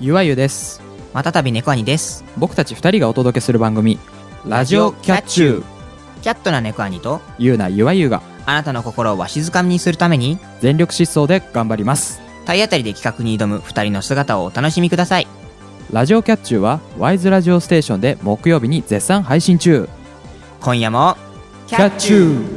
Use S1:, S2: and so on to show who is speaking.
S1: ゆわゆです
S2: またたび猫兄です。
S1: 僕たち二人がお届けする番組「ラジオキャッチュー
S2: キャットな猫兄と、」
S1: ゆうなゆわゆが
S2: あなたの心をわしづかみにするために、
S1: 全力疾走で頑張ります
S2: 体当たりで企画に挑む二人の姿をお楽しみください。
S1: ラジオキャッチューはワイズラジオステーションで木曜日に絶賛配信中
S2: 今夜も、
S1: キャッチュー